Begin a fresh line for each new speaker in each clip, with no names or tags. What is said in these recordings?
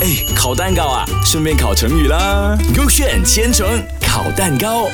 哎，烤蛋糕啊，顺便烤成语啦。勾选千层烤蛋糕，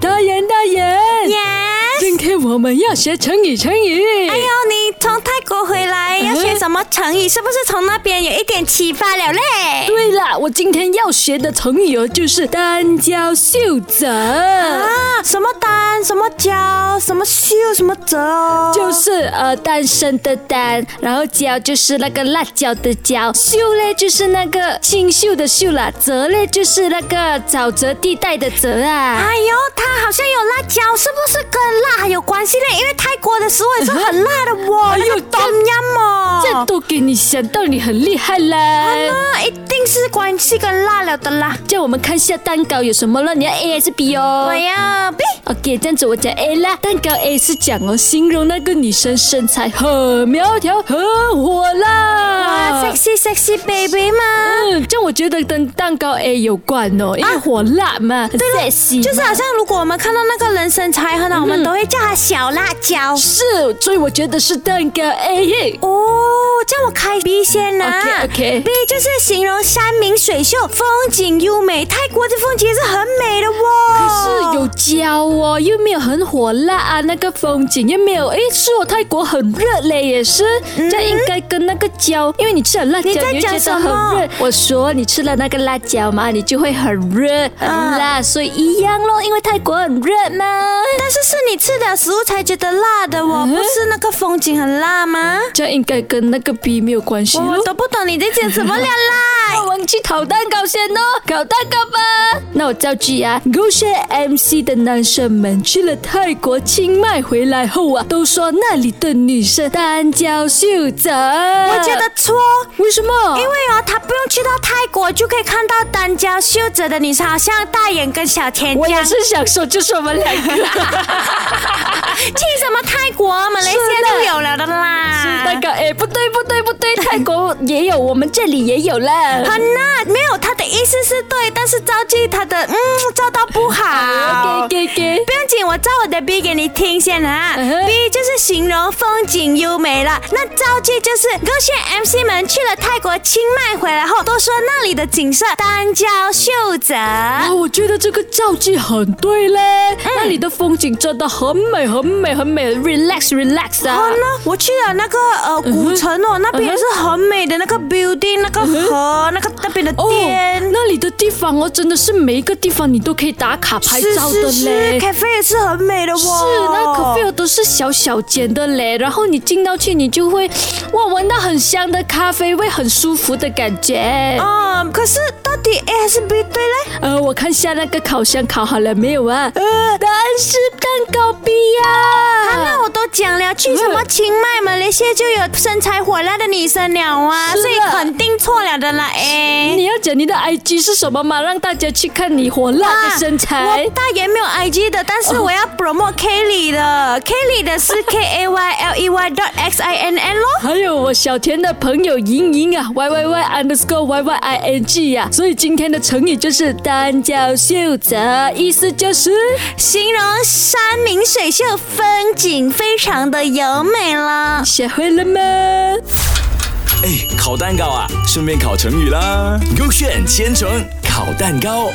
大人，大人
Yes，
今天我们要学成语，成语。
哎呦，你从泰国回来要学什么成语？是不是从那边有一点启发了嘞？
对了，我今天要学的成语哦，就是单椒秀泽，
啊，什么丹，什么胶，什么秀，什么泽哦，
就是呃单身的单，然后椒就是那个辣椒的椒，秀嘞就是那个清秀的秀啦，泽嘞就是那个沼泽地带的泽啊。
哎呦，它好像有辣椒，是不是跟辣有关系嘞？因为泰国的食物也是很辣的 哦，
哎呦
那个冬阴哦，
这都给你想到，你很厉害啦！
啊，一定是关系跟辣了的啦。
叫我们看一下蛋糕有什么了，你要 A 还是 B 哦
我？要哎 B，
OK，这样子我讲 A 啦，蛋糕 A 是讲哦，形容那个女生身材很苗条，很火
哇
辣。
，sexy 啊 sexy baby 嘛，
嗯，这样我觉得跟蛋糕 A 有关哦，因为火辣嘛，很 sexy 嘛。
啊就是啊好像如果我们看到那个人身材很好，我们都会叫他小辣椒。
是，所以我觉得是蛋糕 A 耶。
哦，叫我开 B 先啦、
OK，OK
B 就是形容山明水秀，风景优美。泰国的风景是很美的哦。
是有胶哦，又没有很火辣啊，那个风景又没有，诶，是哦，泰国很热嘞，也是，这应该跟那个胶，因为你吃了辣椒，
嗯你在
就
讲
觉得
什么
很热。我说你吃了那个辣椒嘛，你就会很热很
啊
辣，所以一样咯，因为泰国很热嘛。
但是是你吃的食物才觉得辣的哦，
嗯
不是那个风景很辣吗？
这应该跟那个 B 没有关系咯
我。都不哦懂你在讲什么了啦。
那我们去烤蛋糕先哦，烤蛋糕吧。那我造句啊，勾选 MC 的男生们去了泰国清迈回来后啊，都说那里的女生单娇秀泽。
我
我
觉得错。
为什么？
因为哦，他不用去到泰国就可以看到单娇秀泽的女生，好像大眼跟小甜
我
这
也
样。
是想说，就是我们两个
去什么泰国、马
是
来西亚
的
都有了的啦。
蛋糕。哎，不对不对不对，泰国也有，我们这里也有啦。
很辣，没有他的意思是对，但是造句他的嗯造到不好。
给给给
不用紧，我造我的 B 给你听先啊。
嗯哼
B 就是形容风景优美了，那造句就是勾选 MC 们去了泰国清迈回来后，都说那里的景色单娇秀泽。
啊，我觉得这个造句很对嘞，那里的风景真的很美很美很美，relax relax 啊
然后。呢，我去了哦那个呃古城哦，那边也是很美的那
嗯
个 building，那个河，那个那边的
哦
店，。
那里的地方哦，真的是每一个地方你都可以打卡拍
是
照的嘞。
是是，咖啡也是很美的哦。是
是那可菲尔都是小小间的嘞，然后你进到去，你就会哇，闻到很香的咖啡味，很舒服的感觉。
嗯，可是到底 A 还是 B 对嘞？
呃，我看下那个烤箱烤好了没有啊？呃，答案是蛋糕啊 B 呀、
那我都讲了，去什么清迈、马来西亚就有身材火辣的女生了啊，
是的
所以肯定错了的啦 A。
你要讲你的 IG 是什么吗？让大家去看你火辣的身材
啊我。大爷没有 IG 的，但是我要 promote Kelly 的，Kelly 的是 K A Y L E Y dot X I N N 咯。
还有我小田的朋友莹莹啊，y y y underscore y y i n g 呀、所以今天的成语就是单脚秀泽，意思就是
形容山明水秀，风景非常的优美了。
学会了吗？
哎，烤蛋糕啊，顺便烤成语啦。勾选千层烤蛋糕。